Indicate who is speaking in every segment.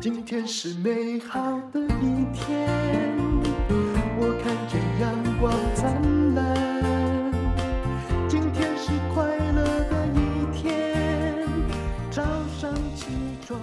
Speaker 1: 今天是美好的一天，我看见阳光灿烂。今天是快乐的一天，早上起床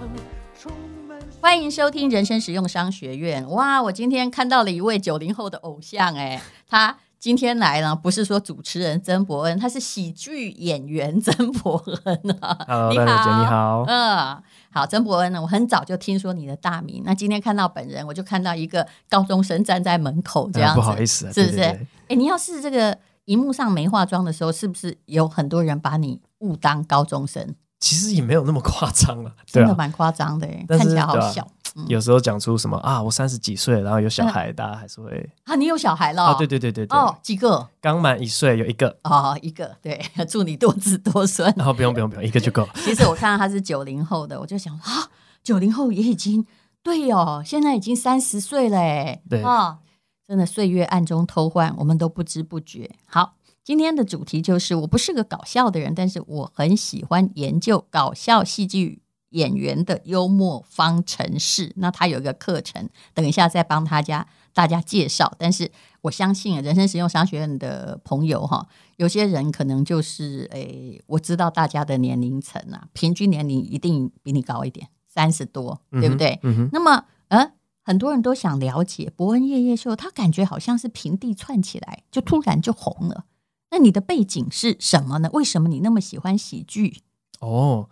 Speaker 1: 充满。
Speaker 2: 欢迎收听人生实用商学院。哇，我今天看到了一位九零后的偶像、哎，他今天来呢，不是说主持人曾伯恩，他是喜剧演员曾伯恩啊。
Speaker 3: Hello，大姐你好。
Speaker 2: 嗯，好，曾伯恩呢，我很早就听说你的大名，那今天看到本人，我就看到一个高中生站在门口这样
Speaker 3: 啊
Speaker 2: 子，
Speaker 3: 不好意思啊
Speaker 2: 是不是？
Speaker 3: 对对
Speaker 2: 哎
Speaker 3: 对、
Speaker 2: 你要是这个荧幕上没化妆的时候，是不是有很多人把你误当高中生？
Speaker 3: 其实也没有那么夸 张了，对
Speaker 2: 真的
Speaker 3: 啊。
Speaker 2: 蛮夸张的、哎
Speaker 3: 但
Speaker 2: 看
Speaker 3: 是
Speaker 2: 起来好
Speaker 3: 对啊
Speaker 2: 小。嗯
Speaker 3: 有时候讲出什么啊，我三十几岁，然后有小孩，大家还是会
Speaker 2: 啊，你有小孩了？
Speaker 3: 啊，对对对对对，
Speaker 2: 哦，几个？
Speaker 3: 刚满一岁有一个，
Speaker 2: 哦，一个，对， 祝你多子多孙。
Speaker 3: 然后不用不用不用，一个就够了。
Speaker 2: 哦其实我看到他是九零后的，我就想啊，九零后也已经对哦，现在已经三十岁了哎，
Speaker 3: 对
Speaker 2: 啊，真的岁月暗中偷换，我们都不知不觉。好，今天的主题就是我不是个搞笑的人，但是我很喜欢研究搞笑戏剧。演员的幽默方程式，那他有一个课程，等一下再帮大家大家介绍。但是我相信啊人生实用商学院的朋友哈，有些人可能就是诶、我知道大家的年龄层啊，平均年龄一定比你高一点，三十多，
Speaker 3: 嗯哼
Speaker 2: 对不对？
Speaker 3: 嗯哼，
Speaker 2: 那么，呃，很多人都想了解伯恩夜夜秀，他感觉好像是平地窜起来，就突然就红了。那你的背景是什么呢？为什么你那么喜欢喜剧？
Speaker 3: 哦，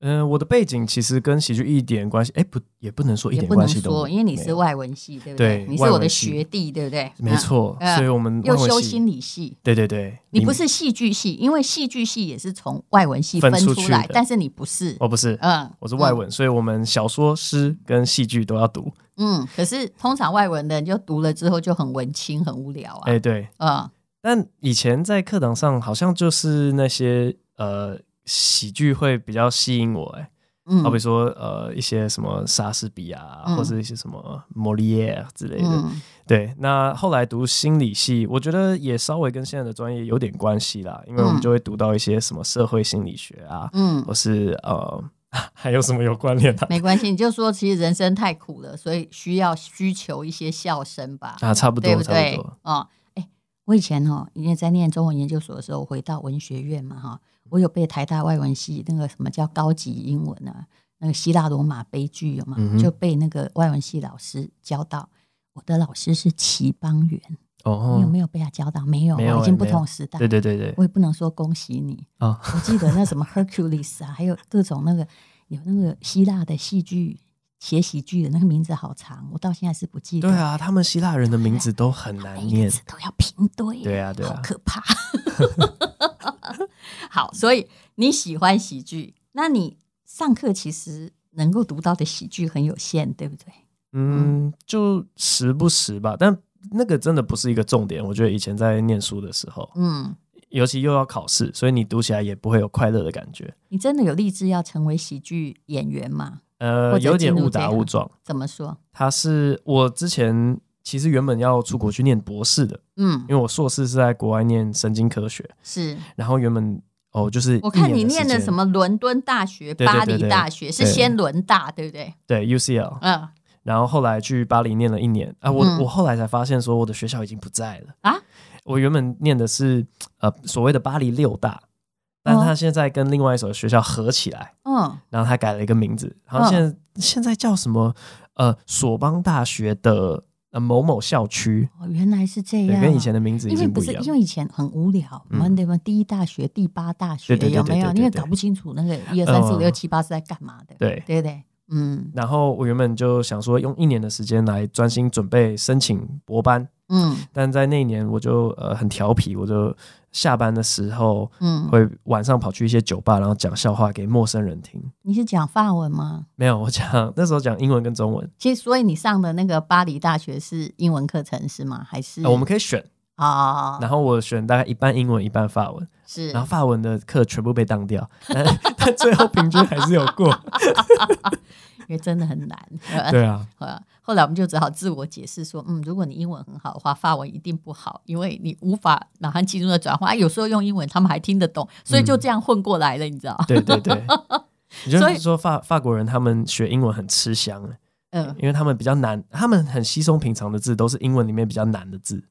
Speaker 3: 嗯、我的背景其实跟喜剧一点关系，哎，不，也不能说一
Speaker 2: 也
Speaker 3: 点
Speaker 2: 不能
Speaker 3: 关系都没有
Speaker 2: 说，因为你是，外文系，对不
Speaker 3: 对
Speaker 2: 你是我
Speaker 3: 外
Speaker 2: 的
Speaker 3: 文系
Speaker 2: 学弟，对不对？
Speaker 3: 没错，
Speaker 2: 嗯
Speaker 3: 所以我们
Speaker 2: 嗯，又
Speaker 3: 外文
Speaker 2: 修
Speaker 3: 系
Speaker 2: 心理系，
Speaker 3: 对对对，
Speaker 2: 你不是戏剧系，因为戏剧系也是从外文系
Speaker 3: 分
Speaker 2: 分
Speaker 3: 出
Speaker 2: 出
Speaker 3: 去
Speaker 2: 来，
Speaker 3: 的
Speaker 2: 但是你不是，
Speaker 3: 哦，不是，
Speaker 2: 嗯，
Speaker 3: 我是外文，所以我们小说、诗跟戏剧都要读。
Speaker 2: 嗯，可是通常外文的人就读了之后就很文青，很无聊啊。
Speaker 3: 哎，对，
Speaker 2: 嗯，
Speaker 3: 但以前在课堂上，好像就是那些呃喜剧会比较吸引我、欸，
Speaker 2: 嗯
Speaker 3: 好比说呃一些什么莎士比亚，啊
Speaker 2: 嗯
Speaker 3: 或者一些什么莫里耶之类的。
Speaker 2: 嗯
Speaker 3: 对，那后来读心理系，我觉得也稍微跟现在的专业有点关系啦，因为我
Speaker 2: 嗯
Speaker 3: 们就会读到一些什么社会心理学啊，
Speaker 2: 嗯，
Speaker 3: 或是呃还有什么有关联 的、啊。
Speaker 2: 没关系，你就说其实人生太苦了，所以需要需求一些笑声吧，
Speaker 3: 啊差不多，
Speaker 2: 对不
Speaker 3: 差不
Speaker 2: 对
Speaker 3: 多。？
Speaker 2: 哦，哎，我以前哦，因为在念中文研究所的时候，回到文学院嘛，哈，我有被台大外文系那个什么叫高级英文啊，那个希腊罗马悲剧有嘛，
Speaker 3: 嗯哼
Speaker 2: 就被那个外文系老师教到。我的老师是齐邦媛，你有
Speaker 3: 哦，
Speaker 2: 没有被他教到？没有，啊
Speaker 3: 没有
Speaker 2: 我已
Speaker 3: 哎
Speaker 2: 经不
Speaker 3: 没有
Speaker 2: 同时代。
Speaker 3: 对对对对，
Speaker 2: 我也不能说恭喜你。
Speaker 3: 哦
Speaker 2: 我记得那什么 Hercules 啊，还有各种那个有那个希腊的戏剧写喜剧的那个名字好长，我到现在是不记得。
Speaker 3: 对，啊，他们希腊人的名字都很难
Speaker 2: 每一
Speaker 3: 念
Speaker 2: 次。都要平对。
Speaker 3: 对啊对啊
Speaker 2: 好可怕。 好，所以你喜欢喜剧，那你上课其实能够读到的喜剧很有限，对不对？
Speaker 3: 嗯，就时不时吧，但那个真的不是一个重点。我觉得以前在念书的时候，
Speaker 2: 嗯，
Speaker 3: 尤其又要考试，所以你读起来也不会有快乐的感觉。
Speaker 2: 你真的有立志要成为喜剧演员吗？或
Speaker 3: 呃，
Speaker 2: 者
Speaker 3: 有点
Speaker 2: 进入
Speaker 3: 误
Speaker 2: 这
Speaker 3: 打
Speaker 2: 行
Speaker 3: 误撞。
Speaker 2: 怎么说？
Speaker 3: 他是我之前其实原本要出国去念博士的，
Speaker 2: 嗯
Speaker 3: 因，为我硕士是在国外念神经科学，
Speaker 2: 是
Speaker 3: 然后原本哦就是
Speaker 2: 我
Speaker 3: 一
Speaker 2: 看
Speaker 3: 年
Speaker 2: 你
Speaker 3: 的
Speaker 2: 念
Speaker 3: 时
Speaker 2: 的
Speaker 3: 间
Speaker 2: 什么伦敦大学、
Speaker 3: 对对
Speaker 2: 巴
Speaker 3: 对
Speaker 2: 黎
Speaker 3: 对
Speaker 2: 大学，是
Speaker 3: 对
Speaker 2: 先伦大，对不对？
Speaker 3: 对 UCL，
Speaker 2: 嗯
Speaker 3: 然后后来去巴黎念了一年啊，我、
Speaker 2: 嗯
Speaker 3: 我后来才发现说我的学校已经不在了
Speaker 2: 啊。
Speaker 3: 我原本念的是呃所谓的巴黎六大，但
Speaker 2: 哦
Speaker 3: 他现在跟另外一所学校合起来，
Speaker 2: 嗯，
Speaker 3: 然后他改了一个名字，然后现在、现在叫什么呃索邦大学的呃某某校区，
Speaker 2: 哦，原来是这
Speaker 3: 对，
Speaker 2: 样。啊
Speaker 3: 跟以前的名字已
Speaker 2: 因为
Speaker 3: 经
Speaker 2: 不
Speaker 3: 一
Speaker 2: 是
Speaker 3: 样
Speaker 2: 因。为以前很无聊，我
Speaker 3: 嗯
Speaker 2: 们对吧？第一大学、第八大学
Speaker 3: 对对对
Speaker 2: 有没有？
Speaker 3: 对对对
Speaker 2: 因为
Speaker 3: 对
Speaker 2: 搞不清楚那个一二三四五六
Speaker 3: 嗯
Speaker 2: 七八是在干嘛的，
Speaker 3: 对，
Speaker 2: 对不对？嗯
Speaker 3: 然后我原本就想说用一年的时间来专心准备申请博班，
Speaker 2: 嗯
Speaker 3: 但在那一年我就呃很调皮，我就下班的时候
Speaker 2: 嗯，
Speaker 3: 会晚上跑去一些酒吧，然后讲笑话给陌生人听。
Speaker 2: 你是讲法文吗？
Speaker 3: 没有，我讲 那时候讲英文跟中文，
Speaker 2: 其实，所以你上的那个巴黎大学是英文课程是吗？还是
Speaker 3: 呃我们可以选，
Speaker 2: 嗯啊嗯
Speaker 3: 然后我选大概一半英文一半法文，
Speaker 2: 是
Speaker 3: 然后法文的课全部被 当掉，但 但最后平均还是有过。
Speaker 2: 因为真的很难，
Speaker 3: 对啊，
Speaker 2: 呃，后来我们就只好自我解释说，嗯，如果你英文很好的话，法文一定不好，因为你无法马上进入的转化。啊有时候用英文他们还听得懂，所以就这样混过 来了，你知道？
Speaker 3: 对对对，你就
Speaker 2: 所以
Speaker 3: 是说法法国人他们学英文很吃香，
Speaker 2: 嗯，
Speaker 3: 因为他们比较难，他们很稀松平常的字都是英文里面比较难的字。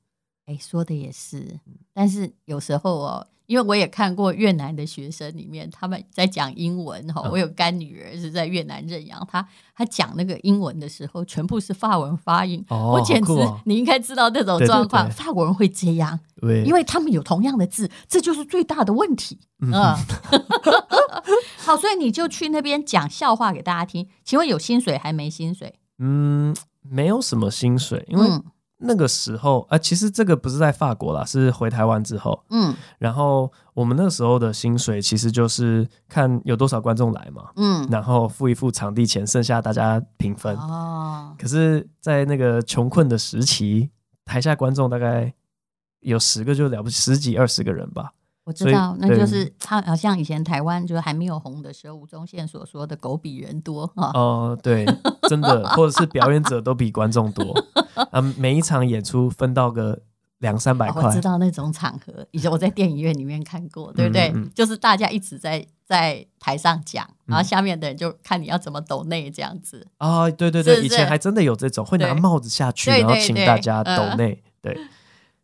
Speaker 2: 哎，说的也是，但是有时候哦，因为我也看过越南的学生里面，他们在讲英文哈、
Speaker 3: 嗯
Speaker 2: 我有干女儿是在越南认养，她她讲那个英文的时候，全部是法文发音。
Speaker 3: 哦
Speaker 2: 我简
Speaker 3: 好
Speaker 2: 直
Speaker 3: 酷哦，
Speaker 2: 你应该知道这种
Speaker 3: 对对
Speaker 2: 状况，
Speaker 3: 对
Speaker 2: 法国人会这样，
Speaker 3: 对，
Speaker 2: 因为他们有同样的字，这就是最大的问题。嗯， 好，所以你就去那边讲笑话给大家听。请问有薪水还没薪水？
Speaker 3: 嗯，没有什么薪水，因为
Speaker 2: 嗯
Speaker 3: 那个时候啊、其实这个不是在法国啦，是回台湾之后。
Speaker 2: 嗯
Speaker 3: 然后我们那时候的薪水其实就是看有多少观众来嘛，
Speaker 2: 嗯，
Speaker 3: 然后付一付场地钱，剩下大家平分。
Speaker 2: 哦，
Speaker 3: 可是，在那个穷困的时期，台下观众大概有十个就了不起，十几二十个人吧。
Speaker 2: 我知
Speaker 3: 所以
Speaker 2: 道，那就
Speaker 3: 对
Speaker 2: 是他好像以前台湾就是还没有红的时候，吴宗宪所说的“狗比人多”啊。
Speaker 3: 哦、对，真的，或者是表演者都比观众多啊，每一场演出分到个两三百
Speaker 2: 哦
Speaker 3: 块。
Speaker 2: 我知道那种场合，以前我在电影院里面看过，对不对？
Speaker 3: 嗯嗯嗯
Speaker 2: 就是大家一直在在台上讲，然后下面的人就看你要怎么抖内这样子。
Speaker 3: 啊、对对对，
Speaker 2: 是不
Speaker 3: 以
Speaker 2: 是
Speaker 3: 前还真的有这种会拿
Speaker 2: 对
Speaker 3: 帽子下去，
Speaker 2: 对
Speaker 3: 然后
Speaker 2: 对
Speaker 3: 请
Speaker 2: 对
Speaker 3: 大 家
Speaker 2: 嗯
Speaker 3: 抖内。对，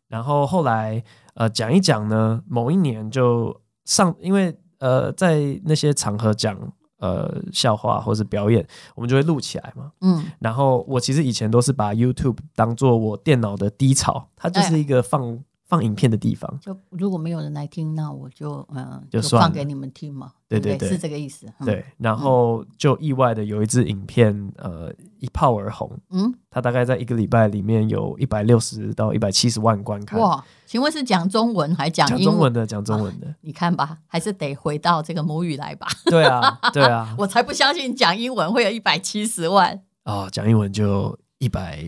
Speaker 3: 然后后来呃讲一讲呢，某一年就上，因为呃在那些场合讲呃笑话或是表演，我们就会录起来嘛。
Speaker 2: 嗯，
Speaker 3: 然后我其实以前都是把 YouTube 当做我电脑的低潮，它就是一个放、放影片的地方。
Speaker 2: 就如果没有人来听，那我就嗯、呃
Speaker 3: 就算
Speaker 2: 放
Speaker 3: 了
Speaker 2: 给你们听嘛，
Speaker 3: 对
Speaker 2: 不对
Speaker 3: 对对
Speaker 2: 是这个意思。嗯，
Speaker 3: 对，然后就意外的有一支影片，呃，一炮而红。
Speaker 2: 嗯，
Speaker 3: 它大概在一个礼拜里面有一百六十到一百七十万观看。
Speaker 2: 哇，请问是讲中文还是讲
Speaker 3: 讲
Speaker 2: 英
Speaker 3: 中文？的，讲中文的，
Speaker 2: 你看吧，还是得回到这个母语来吧。
Speaker 3: 对啊，对啊，
Speaker 2: 我才不相信讲英文会有一百七十万。
Speaker 3: 哦，讲英文就一百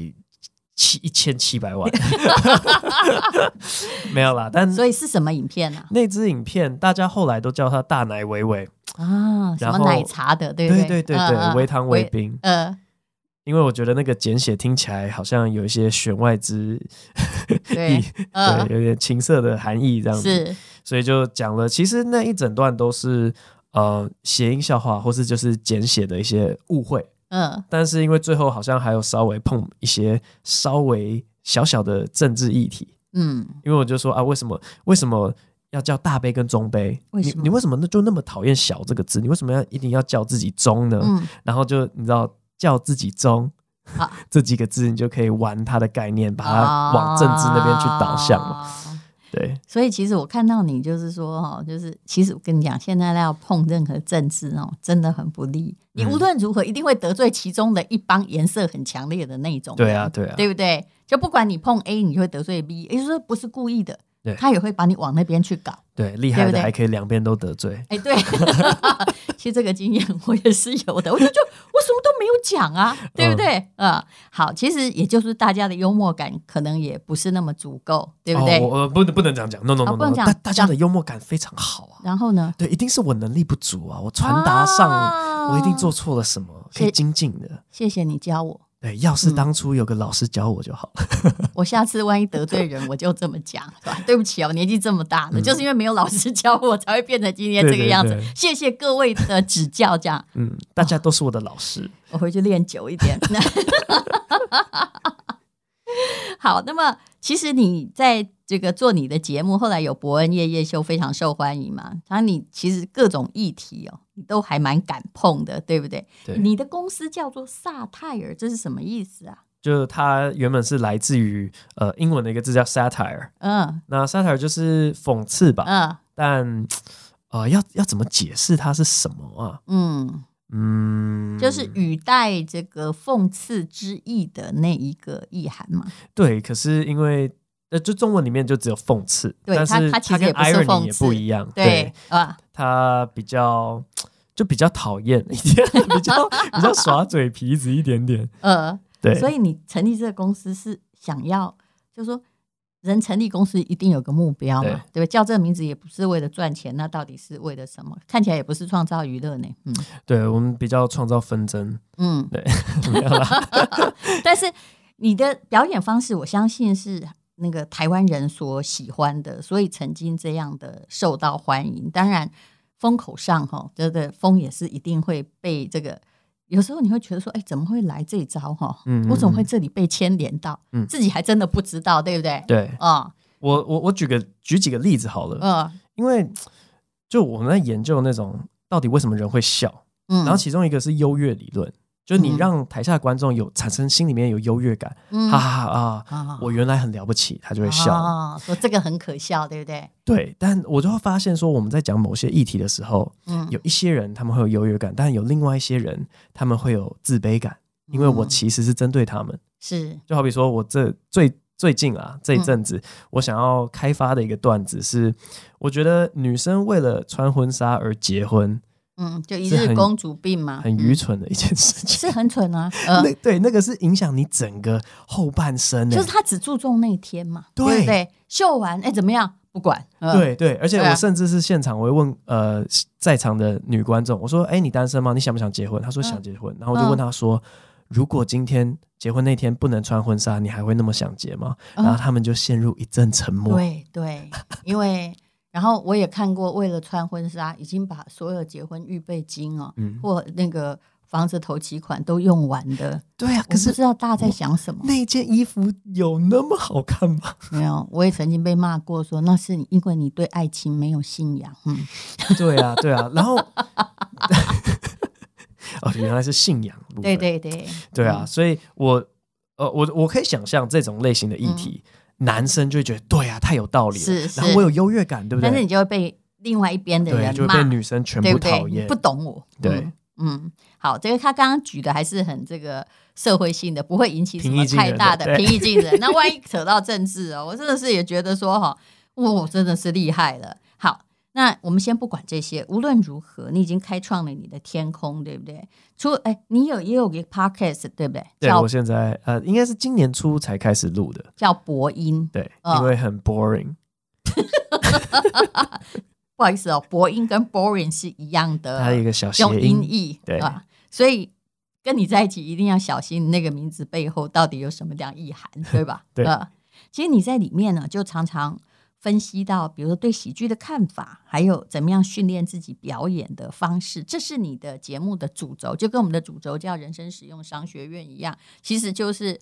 Speaker 3: 七一千七百万， 没有啦，但
Speaker 2: 所以是什么影片啊？
Speaker 3: 那支影片大家后来都叫它大奶维维，
Speaker 2: 啊，什
Speaker 3: 然
Speaker 2: 么
Speaker 3: 后
Speaker 2: 奶茶的，对不
Speaker 3: 对
Speaker 2: 对
Speaker 3: 对对对，维糖维，冰，
Speaker 2: 嗯 嗯
Speaker 3: 因为我觉得那个简写听起来好像有一些弦外之
Speaker 2: 对
Speaker 3: 意，
Speaker 2: 呃
Speaker 3: 对，有点情色的含义这样
Speaker 2: 呃，
Speaker 3: 子，
Speaker 2: 是
Speaker 3: 所以就讲了，其实那一整段都是呃谐音笑话，或是就是简写的一些误会。
Speaker 2: 嗯
Speaker 3: 但是因为最后好像还有稍微碰一些稍微小小的政治议题，
Speaker 2: 嗯，
Speaker 3: 因为我就说啊，为什么为什么要叫大杯跟中杯？
Speaker 2: 为什么
Speaker 3: 你你为什么那就那么讨厌小这个字？你为什么要一定要叫自己中呢？
Speaker 2: 嗯啊
Speaker 3: 然后就你知道叫自己中
Speaker 2: 好
Speaker 3: 这几个字，你就可以玩它的概念，把它往政治那边去导向嘛。
Speaker 2: 啊
Speaker 3: 对，
Speaker 2: 所以其实我看到你就是说哈，就是其实我跟你讲，现在要碰任何政治哦，真的很不利。你
Speaker 3: 嗯
Speaker 2: 无论如何一定会得罪其中的一帮颜色很强烈的那一种人。
Speaker 3: 对啊，对啊，
Speaker 2: 对不对？就不管你碰 A，你就会得罪 B，也就是说不是故意的
Speaker 3: 对，
Speaker 2: 他也会把你往那边去 搞。
Speaker 3: 对，厉害
Speaker 2: 对不对
Speaker 3: 的还可以两边都得罪。
Speaker 2: 哎，对， 其实这个经验我也是有的，我就觉得我什么都没有讲啊，
Speaker 3: 嗯
Speaker 2: 对不对？啊、好，其实也就是大家的幽默感可能也不是那么足够，对不对？
Speaker 3: 哦、我我不能不能这样讲，no no
Speaker 2: 哦
Speaker 3: no，,
Speaker 2: 不能
Speaker 3: no,
Speaker 2: 这样
Speaker 3: 大大家的幽默感非常好啊。
Speaker 2: 然后呢？
Speaker 3: 对，一定是我能力不足啊，我传达上、
Speaker 2: 啊
Speaker 3: 我一定做错了什么，可
Speaker 2: 是
Speaker 3: 以精进的。
Speaker 2: 谢谢你教我，
Speaker 3: 对，要是当
Speaker 2: 嗯
Speaker 3: 初有个老师教我就好了。
Speaker 2: 我下次万一得罪 人，我就这么讲，是吧？对不起啊，我年纪这么大了，就是因为没有老师教我，才会变成今天这
Speaker 3: 对
Speaker 2: 个
Speaker 3: 嗯对
Speaker 2: 样子。
Speaker 3: 对
Speaker 2: 谢谢各位的指教，这样。
Speaker 3: 嗯，大家都是我的老师。
Speaker 2: 我回去练久一点。 好，那么其实你在这个做你的节目，后来有伯恩夜夜秀非常受欢迎嘛，然后你其实各种议题哦，你都还蛮敢碰的，对不对？
Speaker 3: 对，
Speaker 2: 你的公司叫做萨泰尔，这是什么意思啊？
Speaker 3: 就是它原本是来自于呃英文的一个字叫 satire，
Speaker 2: 嗯
Speaker 3: 那 satire 就是讽刺吧，
Speaker 2: 嗯
Speaker 3: 但呃要要怎么解释它是什么啊？
Speaker 2: 嗯，
Speaker 3: 嗯，
Speaker 2: 就是语带这个讽刺之意的那一个意涵嘛。
Speaker 3: 对，可是因为。呃，就中文里面就只有讽刺，
Speaker 2: 对
Speaker 3: 但
Speaker 2: 它
Speaker 3: 是
Speaker 2: 它其实
Speaker 3: 跟
Speaker 2: 也不是
Speaker 3: irony
Speaker 2: 讽
Speaker 3: 也
Speaker 2: 刺
Speaker 3: 不一样，
Speaker 2: 对啊，
Speaker 3: 他比较就比较讨厌一点， 比较比较耍嘴皮子一点点。
Speaker 2: 呃，
Speaker 3: 对，
Speaker 2: 所以你成立这个公司是想要，就是说人成立公司一定有个目标嘛，对吧？叫这个名字也不是为了赚钱，那到底是为了什么？看起来也不是创造娱乐呢，嗯
Speaker 3: 对我们比较创造纷争，
Speaker 2: 嗯。
Speaker 3: 对， 没有啦。
Speaker 2: 但是你的表演方式，我相信是那个台湾人所喜欢的，所以曾经这样的受到欢迎。当然，风口上哈，这个风也是一定会被这个有时候你会觉得说，哎，怎么会来这一招哈？
Speaker 3: 嗯
Speaker 2: 我怎么会
Speaker 3: 嗯嗯
Speaker 2: 这里被牵连到？
Speaker 3: 嗯
Speaker 2: 自己还真的不知道，对不对？
Speaker 3: 对
Speaker 2: 啊，
Speaker 3: 我我我举个举几个例子好了，
Speaker 2: 嗯
Speaker 3: 因为就我们在研究那种到底为什么人会笑，
Speaker 2: 嗯，
Speaker 3: 然后其中一个是优越理论，就是你
Speaker 2: 嗯
Speaker 3: 让台下观众有产生心里面有优越感，
Speaker 2: 嗯
Speaker 3: 哈哈哈啊。
Speaker 2: 啊
Speaker 3: 我原来很了不起，他就会笑。
Speaker 2: 啊，说这个很可笑，对不对？
Speaker 3: 对，但我就会发现说，我们在讲某些议题的时候，
Speaker 2: 嗯，
Speaker 3: 有一些人他们会有优越感，但有另外一些人他们会有自卑感，因为我
Speaker 2: 嗯
Speaker 3: 其实是针对他们。
Speaker 2: 是
Speaker 3: 就好比说我这最最近啊这一阵
Speaker 2: 嗯
Speaker 3: 子，我想要开发的一个段子是，我觉得女生为了穿婚纱而结婚，
Speaker 2: 嗯，就一
Speaker 3: 是
Speaker 2: 日
Speaker 3: 很
Speaker 2: 公主病嘛，
Speaker 3: 很愚
Speaker 2: 嗯，
Speaker 3: 蠢的一件事情。
Speaker 2: 是很蠢啊，呃，
Speaker 3: 那 对那个是影响你整个后半生欸的、
Speaker 2: 就是他只注重那一天嘛，
Speaker 3: 对
Speaker 2: 对不对？秀完哎怎么样？不管，呃，
Speaker 3: 对对，而且
Speaker 2: 对啊
Speaker 3: 我甚至是现场，我会问呃在场的女观众，我说：“哎，你单身吗？你想不想结婚？”她说：“
Speaker 2: 嗯
Speaker 3: 想结婚。然后我就问她说：“如果今天结婚那天不能穿婚纱，你还会那么想结吗？”
Speaker 2: 嗯
Speaker 3: 然后他们就陷入一阵沉默。
Speaker 2: 对对，因为然后我也看过，为了穿婚纱，已经把所有结婚预备金哦，
Speaker 3: 嗯
Speaker 2: 或那个房子头期款都用完的，
Speaker 3: 对啊，
Speaker 2: 我
Speaker 3: 可
Speaker 2: 不
Speaker 3: 是
Speaker 2: 知道大家在想什么。
Speaker 3: 那件衣服有那么好看吗？
Speaker 2: 没有，我也曾经被骂过说，那是你因为你对爱情没有信仰。嗯，
Speaker 3: 对啊，对啊。然后， 哦，原来是信仰的部分。
Speaker 2: 对对对，
Speaker 3: 对
Speaker 2: 嗯
Speaker 3: 啊，所以我呃，我我可以想象这种类型的议题，男生就会觉得对啊，太有道理了，
Speaker 2: 嗯是是
Speaker 3: 然后我有优越感，对不
Speaker 2: 但是你
Speaker 3: 对？
Speaker 2: 就会被另外一边的
Speaker 3: 对，
Speaker 2: 人
Speaker 3: 就会
Speaker 2: 骂
Speaker 3: 被，女生全
Speaker 2: 对
Speaker 3: 部
Speaker 2: 不对？
Speaker 3: 讨
Speaker 2: 你
Speaker 3: 厌
Speaker 2: 不。懂我，
Speaker 3: 对
Speaker 2: 嗯。嗯，好，这个他刚刚举的还是很这个社会性的，不会引起什
Speaker 3: 平
Speaker 2: 么
Speaker 3: 易近
Speaker 2: 太
Speaker 3: 人
Speaker 2: 大
Speaker 3: 的
Speaker 2: 的
Speaker 3: 对
Speaker 2: 平易近 人。那万一扯到政治哦，我真的是也觉得说哈，哇、我真的是厉害了。好，那我们先不管这些，无论如何，你已经开创了你的天空，对不对？除了哎，你有也有一个 podcast，对不对？
Speaker 3: 对，
Speaker 2: 叫
Speaker 3: 我现在呃，应该是今年初才开始录的，
Speaker 2: 叫博音，
Speaker 3: 对，
Speaker 2: 嗯
Speaker 3: 因为很 boring，
Speaker 2: 不好意思哦，博音跟 boring 是一样的，
Speaker 3: 它有一个小谐
Speaker 2: 呃用音
Speaker 3: 音，
Speaker 2: 译，
Speaker 3: 对
Speaker 2: 啊，所以跟你在一起一定要小心那个名字背后到底有什么样意涵，对吧？
Speaker 3: 对
Speaker 2: 啊其实你在里面呢，就常常分析到，比如说对喜剧的看法，还有怎么样训练自己表演的方式，这是你的节目的主轴，就跟我们的主轴叫人生实用商学院一样，其实就是。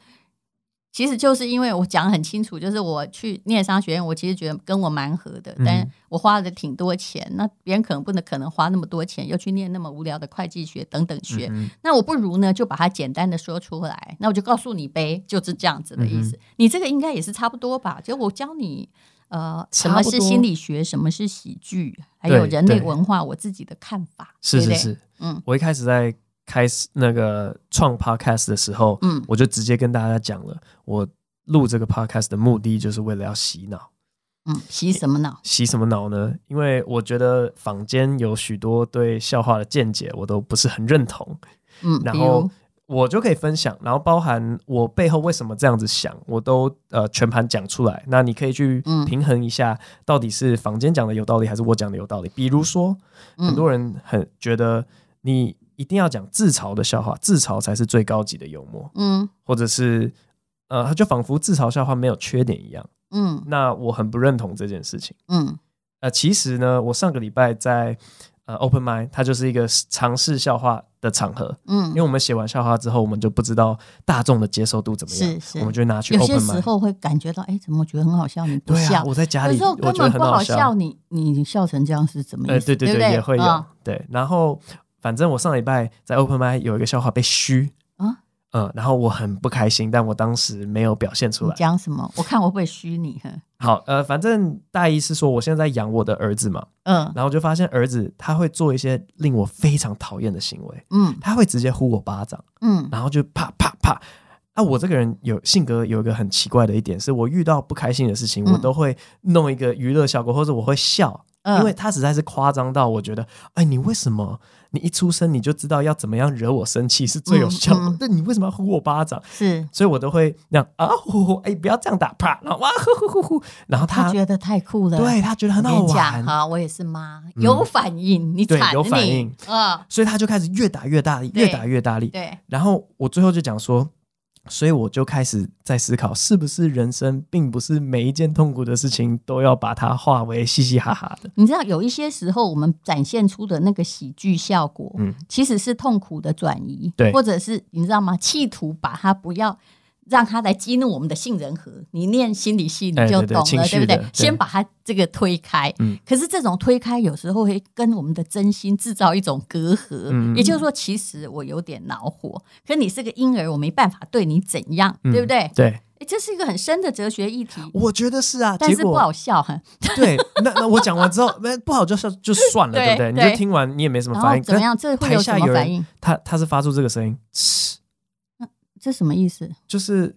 Speaker 2: 其实就是因为我讲得很清楚，就是我去念商学院，我其实觉得跟我蛮合的，
Speaker 3: 嗯
Speaker 2: 但我花了挺多钱，那别人可能不能可能花那么多钱，又去念那么无聊的会计学等等学，
Speaker 3: 嗯
Speaker 2: 那我不如呢，就把它简单的说出来。那我就告诉你呗，就是这样子的意
Speaker 3: 嗯
Speaker 2: 思。你这个应该也是差不多吧？就我教你，呃，什么是
Speaker 3: 差不多
Speaker 2: 心理学，什么是喜剧，还有
Speaker 3: 对
Speaker 2: 人类
Speaker 3: 对
Speaker 2: 文化，我自己的看法，
Speaker 3: 是
Speaker 2: 对不
Speaker 3: 是
Speaker 2: 对？
Speaker 3: 是，
Speaker 2: 嗯
Speaker 3: 我一开始在开始那个创 podcast 的时候，
Speaker 2: 嗯
Speaker 3: 我就直接跟大家讲了，我录这个 podcast 的目的就是为了要洗脑。
Speaker 2: 嗯，洗什么脑？
Speaker 3: 洗什么脑呢？因为我觉得坊间有许多对笑话的见解，我都不是很认同。
Speaker 2: 嗯，
Speaker 3: 然
Speaker 2: 比如
Speaker 3: 后我就可以分享，然后包含我背后为什么这样子想，我都呃全盘讲出来。那你可以去
Speaker 2: 嗯
Speaker 3: 平衡一下，到底是坊间讲的有道理，还是我讲的有道理。比如说，
Speaker 2: 嗯
Speaker 3: 很多人很觉得你一定要讲自嘲的笑话，自嘲才是最高级的幽默，
Speaker 2: 嗯
Speaker 3: 或者是呃，就仿佛自嘲笑话没有缺点一样。
Speaker 2: 嗯
Speaker 3: 那我很不认同这件事情。
Speaker 2: 嗯
Speaker 3: 呃，其实呢，我上个礼拜在呃 Open Mind，它就是一个尝试笑话的场合，因
Speaker 2: 嗯，
Speaker 3: 为我们写完笑话之后，我们就不知道大众的接受度怎么样，
Speaker 2: 是是
Speaker 3: 我们就拿去
Speaker 2: 有些
Speaker 3: Open
Speaker 2: 时
Speaker 3: Mind。
Speaker 2: 候会感觉到，哎，怎么我觉得很好笑，你不
Speaker 3: 对啊，
Speaker 2: 笑？
Speaker 3: 我在家
Speaker 2: 有
Speaker 3: 里，
Speaker 2: 时候
Speaker 3: 我
Speaker 2: 根
Speaker 3: 觉得
Speaker 2: 本不
Speaker 3: 很好
Speaker 2: 好笑，。你你笑成这样是怎么
Speaker 3: 呃，
Speaker 2: 意思？
Speaker 3: 对
Speaker 2: 不
Speaker 3: 对，
Speaker 2: 对，
Speaker 3: 也会有
Speaker 2: 啊
Speaker 3: 对。然后反正我上礼拜在 Open Mind 有一个笑话被虚，
Speaker 2: 啊
Speaker 3: 嗯，然后我很不开心，但我当时没有表现出
Speaker 2: 你
Speaker 3: 来。
Speaker 2: 讲什么？我看我会不会虚你？哼
Speaker 3: 好，呃，反正大意是说我现在在养我的儿子嘛，
Speaker 2: 嗯
Speaker 3: 然后就发现儿子他会做一些令我非常讨厌的行为。
Speaker 2: 嗯
Speaker 3: 他会直接呼我巴掌，
Speaker 2: 嗯
Speaker 3: 然后就啪啪啪。啊，我这个人有性格有一个很奇怪的一点，是我遇到不开心的事情，
Speaker 2: 嗯
Speaker 3: 我都会弄一个娱乐效果，或者我会笑，
Speaker 2: 嗯，
Speaker 3: 因为他实在是夸张到我觉得，哎，你为什么你一出生你就知道要怎么样惹我生气是最有效
Speaker 2: 嗯嗯
Speaker 3: 的？那、你为什么要呼我巴掌？
Speaker 2: 是
Speaker 3: 所以我都会那样啊呼呼，哎，不要这样打，啪，然后哇呼呼呼呼，然后
Speaker 2: 他
Speaker 3: 他
Speaker 2: 觉得太酷了，
Speaker 3: 对他觉得很好
Speaker 2: 我跟你讲
Speaker 3: 玩，嗯
Speaker 2: 哈，我也是妈，有反应，你
Speaker 3: 对
Speaker 2: 惨
Speaker 3: 有反
Speaker 2: 你
Speaker 3: 应，
Speaker 2: 啊，
Speaker 3: 所以他就开始越打越大力，
Speaker 2: 对
Speaker 3: 越打越大力，
Speaker 2: 对，
Speaker 3: 然后我最后就讲说，所以我就开始在思考，是不是人生并不是每一件痛苦的事情都要把它化为嘻嘻哈哈的。
Speaker 2: 你知道有一些时候我们展现出的那个喜剧效果，
Speaker 3: 嗯
Speaker 2: 其实是痛苦的转移，
Speaker 3: 对
Speaker 2: 或者是你知道吗？企图把它不要。让它来激怒我们的杏仁核，你念心理系你
Speaker 3: 哎
Speaker 2: 就
Speaker 3: 对对
Speaker 2: 懂了，
Speaker 3: 情绪
Speaker 2: 不
Speaker 3: 的
Speaker 2: 对？
Speaker 3: 对
Speaker 2: 先把它这个推开，
Speaker 3: 嗯
Speaker 2: 可是这种推开有时候会跟我们的真心制造一种隔阂，
Speaker 3: 嗯
Speaker 2: 也就是说，其实我有点恼火，可你是个婴儿，我没办法对你怎样，
Speaker 3: 嗯
Speaker 2: 对不对？
Speaker 3: 对，
Speaker 2: 哎这是一个很深的哲学议题，
Speaker 3: 我觉得是啊。
Speaker 2: 但
Speaker 3: 结
Speaker 2: 是不
Speaker 3: 果
Speaker 2: 好笑哈。
Speaker 3: 对，那那我讲完之后，那不好就算就 算了，对
Speaker 2: 对
Speaker 3: 不对？你
Speaker 2: 对
Speaker 3: 就听完，你也没什么
Speaker 2: 然
Speaker 3: 反
Speaker 2: 后
Speaker 3: 应。
Speaker 2: 怎么样？这
Speaker 3: 可
Speaker 2: 会
Speaker 3: 是
Speaker 2: 有
Speaker 3: 台
Speaker 2: 什
Speaker 3: 下有
Speaker 2: 么反
Speaker 3: 人，
Speaker 2: 应？
Speaker 3: 他他是发出这个声音，嘶
Speaker 2: 这什么意思？
Speaker 3: 就是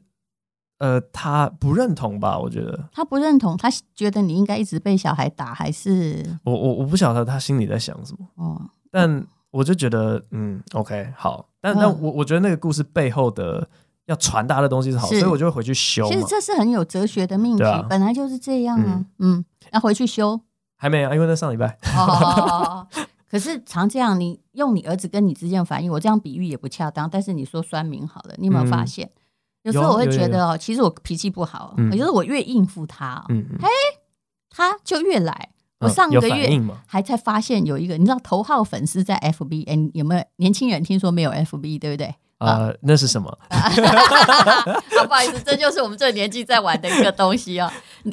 Speaker 3: 呃，他不认同吧？我觉得，
Speaker 2: 他不认同，他觉得你应该一直被小孩打，还是
Speaker 3: 我我我不晓得他心里在想什么，
Speaker 2: 哦？
Speaker 3: 但我就觉得，嗯，OK，好。但
Speaker 2: 嗯
Speaker 3: 但我我觉得那个故事背后的要传达的东西是好，
Speaker 2: 是
Speaker 3: 所以我就会回去修
Speaker 2: 其实
Speaker 3: 嘛。
Speaker 2: 这是很有哲学的命题，
Speaker 3: 对啊
Speaker 2: 本来就是这样啊。嗯，那、回去修。
Speaker 3: 还没啊，因为那上礼 拜。
Speaker 2: 哦哦哦哦哦可是常这样，你用你儿子跟你之间的反应，我这样比喻也不恰当。但是你说酸民好了，你有没有发
Speaker 3: 嗯
Speaker 2: 现？有时候我会
Speaker 3: 有有
Speaker 2: 觉得哦，其实我脾气不好，
Speaker 3: 嗯
Speaker 2: 也就是我越应付他哦、
Speaker 3: 嗯，嗯
Speaker 2: 他就越来。我
Speaker 3: 嗯
Speaker 2: 上
Speaker 3: 有
Speaker 2: 个
Speaker 3: 反
Speaker 2: 月
Speaker 3: 应嘛？
Speaker 2: 还才发现有一个，你知道头号粉丝在 FB，哎、你有没有年轻人听说没有 FB，对不对？
Speaker 3: 呃，那是什么？
Speaker 2: 啊，不好意思，这就是我们这个年纪在玩的一个东西哦。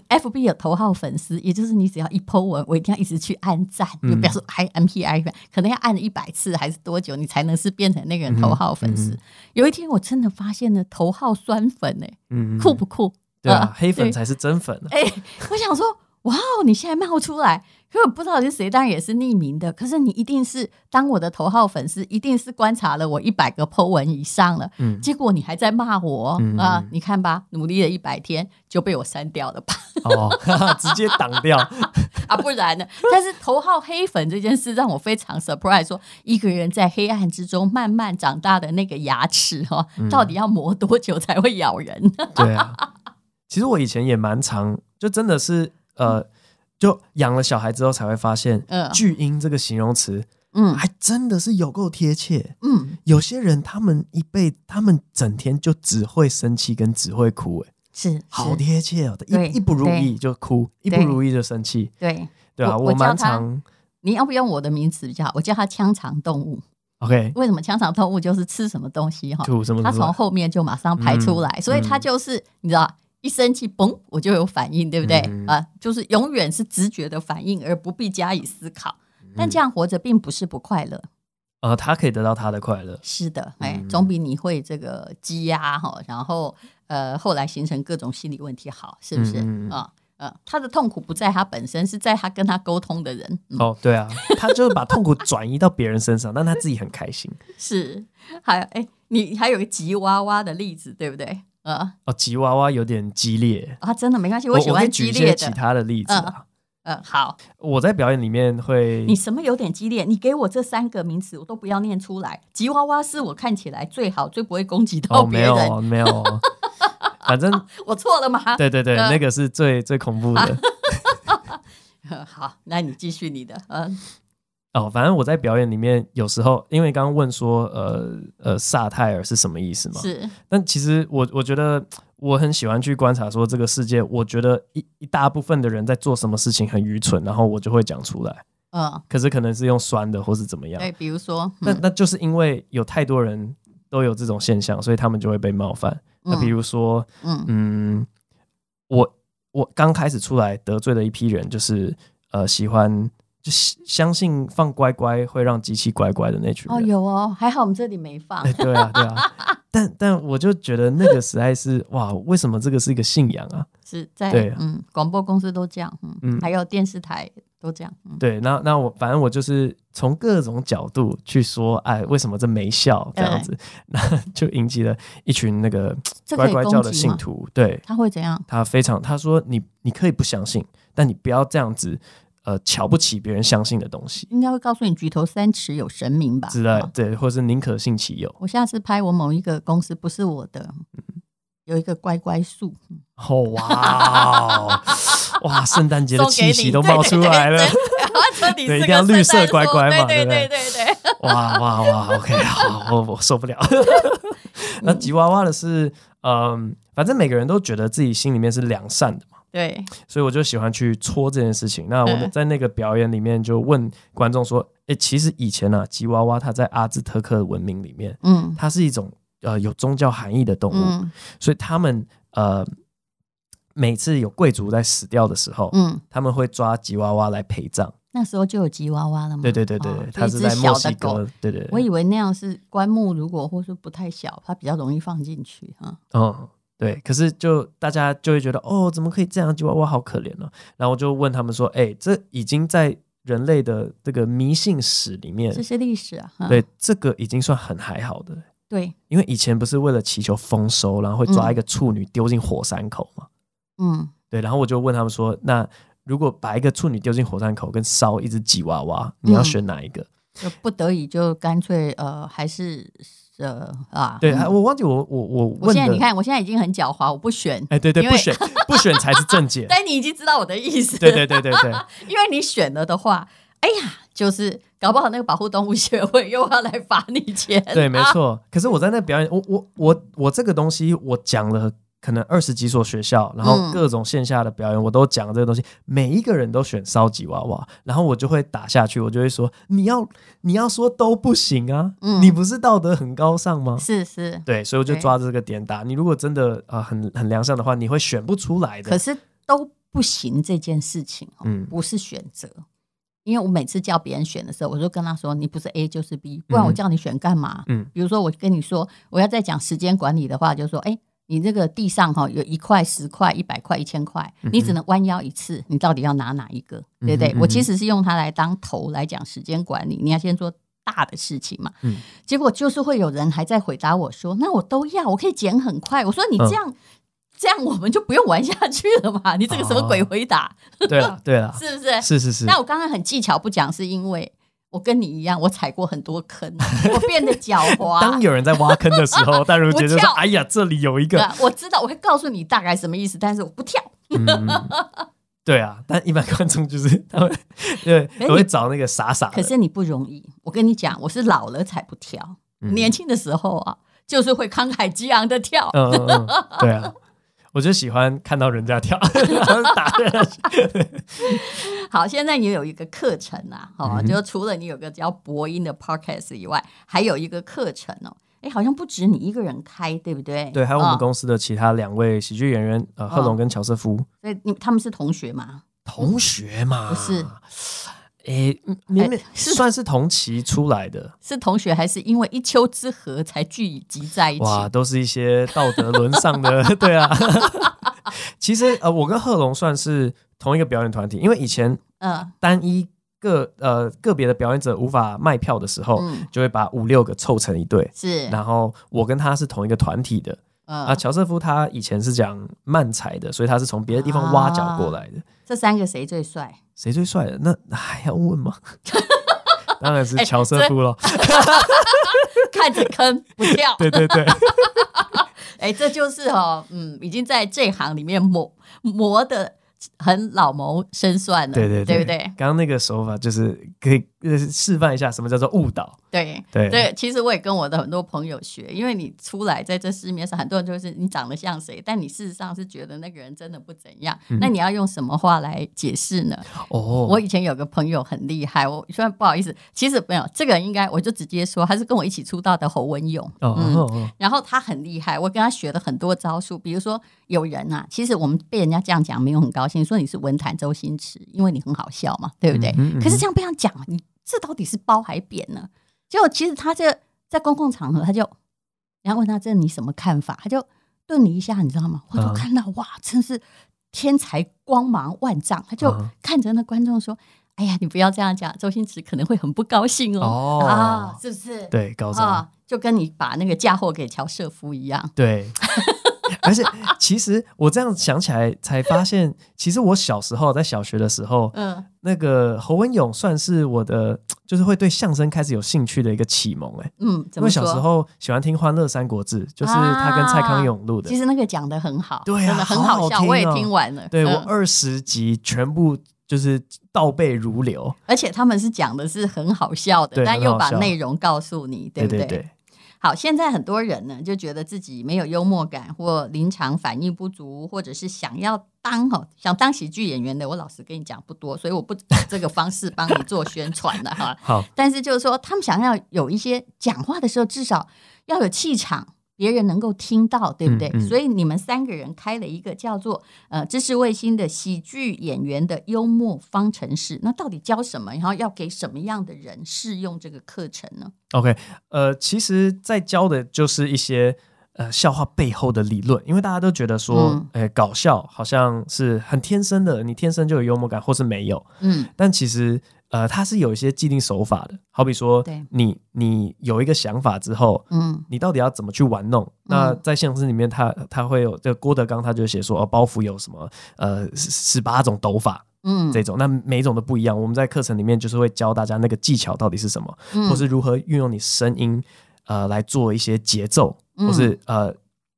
Speaker 2: FB 有头号粉丝，也就是你只要一 po 文，我一定要一直去按赞，
Speaker 3: 嗯
Speaker 2: 就表示还 MPI，可能要按一百次还是多久，你才能是变成那个人头号粉丝？
Speaker 3: 嗯
Speaker 2: 有一天我真的发现了头号酸粉哎、
Speaker 3: 嗯，嗯
Speaker 2: 酷不酷？
Speaker 3: 对啊
Speaker 2: 呃，
Speaker 3: 黑粉
Speaker 2: 对
Speaker 3: 才是 真粉啊。
Speaker 2: 哎、我想说，哇哦，你现在冒出来，可我不知道是谁，当然也是匿名的。可是你一定是当我的头号粉丝，一定是观察了我一百个 Po 文以上了。
Speaker 3: 嗯，
Speaker 2: 结果你还在骂我、
Speaker 3: 嗯
Speaker 2: 啊！你看吧，努力了一百天就被我删掉了吧？
Speaker 3: 哦， 直接挡掉。
Speaker 2: 啊，不然呢？但是头号黑粉这件事让我非常 surprise，说一个人在黑暗之中慢慢长大的那个牙齿哈、哦，
Speaker 3: 嗯
Speaker 2: 到底要磨多久才会咬人？
Speaker 3: 对啊，其实我以前也蛮常，就真的是呃，就养了小孩之后才会发现，
Speaker 2: 嗯
Speaker 3: 巨婴这个形容词
Speaker 2: 嗯
Speaker 3: 还真的是有够贴切。
Speaker 2: 嗯，
Speaker 3: 有些人他们一辈，他们整天就只会生气跟只会哭、哎，
Speaker 2: 是
Speaker 3: 好
Speaker 2: 的，
Speaker 3: 贴切哦！
Speaker 2: 对
Speaker 3: 一一不如意就哭，一不
Speaker 2: 对
Speaker 3: 如意就生气，
Speaker 2: 对。
Speaker 3: 对啊，
Speaker 2: 我我
Speaker 3: 我蛮
Speaker 2: 叫他
Speaker 3: 常
Speaker 2: 你要不用我的名词比较好？我叫它腔肠动物。
Speaker 3: OK
Speaker 2: 为什么腔肠动物就是吃什么东西哈？
Speaker 3: 吐什么
Speaker 2: 它
Speaker 3: 什么
Speaker 2: 从后面就马上排出
Speaker 3: 嗯
Speaker 2: 来，所以它就是、你知道，一生气嘣我就有反应，对不对？
Speaker 3: 嗯
Speaker 2: 啊，就是永远是直觉的反应，而不必加以思考。
Speaker 3: 嗯
Speaker 2: 但这样活着并不是不快乐，
Speaker 3: 呃，他可以得到他的快乐，
Speaker 2: 是的，哎，
Speaker 3: 嗯
Speaker 2: 总比你会这个积压哈，然后呃后来形成各种心理问题好，是不是
Speaker 3: 嗯嗯嗯
Speaker 2: 啊？呃，他的痛苦不在他本身，是在他跟他沟通的人。嗯
Speaker 3: 哦，对啊，他就是把痛苦转移到别人身上，但他自己很开心。
Speaker 2: 是， 还有哎，你还有一个吉娃娃的例子，对不对？呃，
Speaker 3: 哦，吉娃娃有点激烈，
Speaker 2: 啊，真的没关系，
Speaker 3: 我
Speaker 2: 喜
Speaker 3: 我可以
Speaker 2: 欢
Speaker 3: 举
Speaker 2: 激
Speaker 3: 一些
Speaker 2: 烈
Speaker 3: 其
Speaker 2: 的。
Speaker 3: 他的例子啊。
Speaker 2: 嗯，好，
Speaker 3: 我在表演里面会
Speaker 2: 你什么有点激烈？你给我这三个名词，我都不要念出来。吉娃娃是我看起来最好、最不会攻击到
Speaker 3: 哦，
Speaker 2: 别
Speaker 3: 没
Speaker 2: 人。
Speaker 3: 有没有，反正
Speaker 2: 我错了吗？
Speaker 3: 对对对，
Speaker 2: 呃
Speaker 3: 那个是最最恐怖的
Speaker 2: 嗯好，那你继续你的。嗯
Speaker 3: 哦。反正我在表演里面有时候，因为刚刚问说呃呃萨泰尔是什么意思嘛，
Speaker 2: 是，
Speaker 3: 但其实我我觉得我很喜欢去观察说这个世界，我觉得一一大部分的人在做什么事情很愚蠢，然后我就会讲出来，
Speaker 2: 嗯，
Speaker 3: 可是可能是用酸的或是怎么样，
Speaker 2: 对，比如说，
Speaker 3: 那
Speaker 2: 嗯
Speaker 3: 那就是因为有太多人都有这种现象，所以他们就会被冒犯。那比如说，
Speaker 2: 嗯
Speaker 3: 嗯，我我刚开始出来得罪的一批人，就是呃喜欢就相信放乖乖会让机器乖乖的那群
Speaker 2: 哦，
Speaker 3: 人。
Speaker 2: 有哦，还好我们这里没放
Speaker 3: 哎，。对啊，对 啊，但但我就觉得那个实在是哇，为什么这个是一个信仰啊？
Speaker 2: 是在
Speaker 3: 对啊
Speaker 2: 嗯，广播公司都这样，嗯
Speaker 3: 嗯，
Speaker 2: 还有电视台都这样，嗯，
Speaker 3: 对，那那我反正我就是从各种角度去说，哎，为什么这没效这样子， 那就引起了一群那个
Speaker 2: 哎这可
Speaker 3: 乖
Speaker 2: 以
Speaker 3: 乖
Speaker 2: 攻
Speaker 3: 教的
Speaker 2: 击
Speaker 3: 信
Speaker 2: 吗？
Speaker 3: 徒，对
Speaker 2: 他会怎样？
Speaker 3: 他非常他说你你可以不相信，但你不要这样子呃瞧不起别人相信的东西
Speaker 2: 应该会告诉你举头三尺有神明吧？
Speaker 3: 之类
Speaker 2: 啊，
Speaker 3: 对，或是宁可信其有。
Speaker 2: 我下次拍我某一个公司不是我的，
Speaker 3: 嗯
Speaker 2: 有一个乖乖树，
Speaker 3: 哦哇哦 哇，圣诞节的
Speaker 2: 送给
Speaker 3: 气
Speaker 2: 你
Speaker 3: 息都冒出来了。
Speaker 2: 对对对对这里
Speaker 3: 对
Speaker 2: 是
Speaker 3: 一定要
Speaker 2: 个
Speaker 3: 绿色
Speaker 2: 圣诞树
Speaker 3: 乖乖嘛
Speaker 2: 对对
Speaker 3: 对
Speaker 2: 对对对，
Speaker 3: 哇哇哇，OK，好，我我受 不了。那吉娃娃的是，嗯，反正每个人都觉得自己心里面是良善的嘛，
Speaker 2: 对，
Speaker 3: 所以我就喜欢去戳这件事情。那我
Speaker 2: 嗯
Speaker 3: 在那个表演里面就问观众说：“诶，其实以前啊，吉娃娃它在阿兹特克文明里面，
Speaker 2: 嗯
Speaker 3: 它是一种呃有宗教含义的动物，
Speaker 2: 嗯
Speaker 3: 所以他们呃每次有贵族在死掉的时候，
Speaker 2: 嗯，
Speaker 3: 他们会抓吉娃娃来陪葬。
Speaker 2: 那时候就有吉娃娃了嘛。
Speaker 3: 对对对对，
Speaker 2: 哦
Speaker 3: 它
Speaker 2: 就是一只
Speaker 3: 在墨
Speaker 2: 小
Speaker 3: 西
Speaker 2: 的狗
Speaker 3: 哥。。对对对，
Speaker 2: 我以为那样是棺木，如果或是不太小，它比较容易放进去哈。
Speaker 3: 嗯，对。可是就大家就会觉得，哦，怎么可以这样？吉娃娃好可怜哦。然后我就问他们说，哎、这已经在人类的这个迷信史里面
Speaker 2: 这，是历史啊，哈
Speaker 3: 对这个已经算很还好的。
Speaker 2: 对，
Speaker 3: 因为以前不是为了祈求丰收，然后会抓一个处女丢进火山口嘛？
Speaker 2: 嗯，
Speaker 3: 对，然后我就问他们说，那如果把一个处女丢进火山口，跟烧一只吉娃娃，你要
Speaker 2: 嗯
Speaker 3: 选哪一个？
Speaker 2: 就不得已就干脆呃，还是呃啊，
Speaker 3: 对，
Speaker 2: 嗯
Speaker 3: 还我忘记我我我
Speaker 2: 我
Speaker 3: 问的，
Speaker 2: 现在你看，我现在已经很狡猾，我不选，
Speaker 3: 哎，对对，
Speaker 2: 因
Speaker 3: 不
Speaker 2: 为
Speaker 3: 选不选才是正 解。
Speaker 2: 但你已经知道我的意思，
Speaker 3: 对对对对对，
Speaker 2: 因为你选了的话，哎呀，就是搞不好那个保护动物协会又要来罚你钱。
Speaker 3: 对，没错。可是我在那表演，我我我我这个东西，我讲了可能二十几所学校，然后
Speaker 2: 嗯
Speaker 3: 各种线下的表演，我都讲这个东西，每一个人都选烧吉娃娃，然后我就会打下去，我就会说，你要你要说都不行啊，
Speaker 2: 嗯
Speaker 3: 你不是道德很高尚吗？
Speaker 2: 是是，
Speaker 3: 对，所以我就
Speaker 2: 对
Speaker 3: 抓着这个点打。你如果真的啊、呃很很良善的话，你会选不出来
Speaker 2: 可
Speaker 3: 的。
Speaker 2: 是都不行这件事情、哦，
Speaker 3: 嗯
Speaker 2: 不是选择。因为我每次叫别人选的时候，我就跟他说：“你不是 A 就是 B，不然我
Speaker 3: 嗯
Speaker 2: 叫你选干嘛？”
Speaker 3: 嗯
Speaker 2: 比如说我跟你说我要再讲时间管理的话，就说：“哎，你这个地上哈有一块、十块、一百块、一千块，你只能弯腰一次，你到底要拿哪一个？对不对
Speaker 3: 嗯嗯？”哼
Speaker 2: 我
Speaker 3: 嗯
Speaker 2: 其
Speaker 3: 哼
Speaker 2: 实是用它来当头来讲时间管理，你要先做大的事情嘛。
Speaker 3: 嗯
Speaker 2: 结果就是会有人还在回答我说：“那我都要，我可以减很快。”我说：“你
Speaker 3: 嗯
Speaker 2: 这样。这样我们就不用玩下去了嘛？你这个什么鬼
Speaker 3: 哦
Speaker 2: 回答？
Speaker 3: 对了对了，
Speaker 2: 是不是？
Speaker 3: 是是是。
Speaker 2: 那我刚刚很技巧不讲，是因为我跟你一样，我踩过很多坑，啊 我变得狡
Speaker 3: 当
Speaker 2: 猾。
Speaker 3: 有人在挖坑的时候，淡如姐就
Speaker 2: 不
Speaker 3: 说
Speaker 2: 跳：“
Speaker 3: 哎呀，这里有一
Speaker 2: 对
Speaker 3: 个。
Speaker 2: 啊，我知道，我会告诉你大概什么意思，但是我不跳。
Speaker 3: 嗯，对啊，但一般观众就是 他会，对，
Speaker 2: 你
Speaker 3: 我会找那个傻傻的。
Speaker 2: 可是你不容易，我跟你讲，我是老了才不跳，
Speaker 3: 嗯
Speaker 2: 年轻的时候啊，就是会慷慨激昂的跳。
Speaker 3: 嗯嗯嗯，对啊，我就喜欢看到人家跳， 然后打人。
Speaker 2: 好，现在你有一个课程啊，哦，
Speaker 3: 嗯
Speaker 2: 就除了你有个叫播音的 podcast 以外，还有一个课程哦，哎，好像不止你一个人开，对不对？
Speaker 3: 对，还有我们
Speaker 2: 哦，
Speaker 3: 公司的其他两位喜剧演员，呃，贺龙跟乔瑟夫，
Speaker 2: 所以你他们是同学嘛？
Speaker 3: 同学嘛，
Speaker 2: 不是。
Speaker 3: 诶，明明
Speaker 2: 哎是
Speaker 3: 算是同期出来的，
Speaker 2: 是同学，还是因为一丘之貉才聚集在一起？
Speaker 3: 哇，都是一些道德沦 丧的，对啊。 其实呃，我跟贺龙算是同一个表演团体，因为以前
Speaker 2: 嗯
Speaker 3: 单一个呃个别的表演者无法卖票的时候，
Speaker 2: 嗯，
Speaker 3: 就会把五六个凑成一对。
Speaker 2: 是，
Speaker 3: 然后我跟他是同一个团体的
Speaker 2: 嗯、
Speaker 3: 啊，乔瑟夫他以前是讲漫才的，所以他是从别的地方挖
Speaker 2: 啊
Speaker 3: 角过来的。
Speaker 2: 这三个谁最帅？
Speaker 3: 谁最帅的？那那还要问吗？当然是
Speaker 2: 哎
Speaker 3: 乔瑟夫咯。
Speaker 2: 看着坑不 跳，
Speaker 3: 对对 对，
Speaker 2: 哎，这就是哦，嗯，已经在这行里面磨磨的很老谋深算了，
Speaker 3: 对对
Speaker 2: 对
Speaker 3: 对
Speaker 2: 不对？
Speaker 3: 刚刚那个手法就是可以呃示范一下什么叫做误导。
Speaker 2: 对
Speaker 3: 对
Speaker 2: 对，其实我也跟我的很多朋友学，因为你出来在这市面上，很多人就是你长得像谁，但你事实上是觉得那个人真的不怎样。
Speaker 3: 嗯
Speaker 2: 那你要用什么话来解释呢？
Speaker 3: 哦，
Speaker 2: 我以前有个朋友很厉害，我虽然不好意思，其实没有这个人应该我就直接说，他是跟我一起出道的侯文勇。
Speaker 3: 哦
Speaker 2: 嗯
Speaker 3: 哦哦
Speaker 2: 然后他很厉害，我跟他学了很多招数，比如说有人啊，其实我们被人家这样讲没有很高兴，说你是文坛周星驰，因为你很好笑嘛，对不对？
Speaker 3: 嗯哼嗯哼
Speaker 2: 可是这样被人家讲，你这到底是褒还贬呢？结果其实他这在公共场合，他就然后问他这你什么看法，他就顿了一下，你知道吗？我
Speaker 3: 嗯
Speaker 2: 都看到、哇，真是天才光芒万丈，他就
Speaker 3: 嗯
Speaker 2: 看着那观众说。哎呀，你不要这样讲，周星驰可能会很不高兴哦。
Speaker 3: 哦
Speaker 2: 啊，是不是？
Speaker 3: 对高招。
Speaker 2: 啊，就跟你把那个嫁祸给乔瑟夫一样。
Speaker 3: 对，而且其实我这样想起来才 发现，其实我小时候在小学的时候，
Speaker 2: 嗯，
Speaker 3: 那个侯文勇算是我的，就是会对相声开始有兴趣的一个启蒙、欸。哎，
Speaker 2: 嗯，怎
Speaker 3: 因
Speaker 2: 么
Speaker 3: 为
Speaker 2: 说？
Speaker 3: 小时候喜欢听《欢乐三国志》，就是他跟蔡康永录的。
Speaker 2: 其实那个讲的很好，
Speaker 3: 对啊
Speaker 2: 真的很
Speaker 3: 好好
Speaker 2: 笑，
Speaker 3: 听哦
Speaker 2: 嗯我也听完了。
Speaker 3: 对我
Speaker 2: 嗯
Speaker 3: 二十集全部就是倒背如流。
Speaker 2: 而且他们是讲的是很好笑的，
Speaker 3: 对
Speaker 2: 但又把
Speaker 3: 很好笑
Speaker 2: 内容告诉你，对
Speaker 3: 对
Speaker 2: 不
Speaker 3: 对对，
Speaker 2: 好，现在很多人呢就觉得自己没有幽默感，或临场反应不足，或者是想要当哦想当喜剧演员的，我老实跟你讲不多，所以我不这个方式帮你做宣传了哈。
Speaker 3: 好，
Speaker 2: 但是就是说，他们想要有一些讲话的时候，至少要有气场，别人能够听到，对不对？
Speaker 3: 嗯嗯
Speaker 2: 所以你们三个人开了一个叫做呃知识卫星的喜剧演员的幽默方程式。那到底教什么？然后要给什么样的人适用这个课程呢？
Speaker 3: OK，呃，其实在教的就是一些呃笑话背后的理论，因为大家都觉得说
Speaker 2: 嗯，
Speaker 3: 哎、搞笑好像是很天生的，你天生就有幽默感，或是没有。
Speaker 2: 嗯
Speaker 3: 但其实呃，它是有一些既定手法的，好比说
Speaker 2: 对，
Speaker 3: 你你有一个想法之后。
Speaker 2: 嗯
Speaker 3: 你到底要怎么去玩弄？那在相声里面他，他会有这个郭德纲，他就写说，哦，包袱有什么呃十八种抖法
Speaker 2: 嗯，
Speaker 3: 这种，那每一种都不一样。我们在课程里面就是会教大家那个技巧到底是什么。
Speaker 2: 嗯
Speaker 3: 或是如何运用你声音呃来做一些节奏，或是呃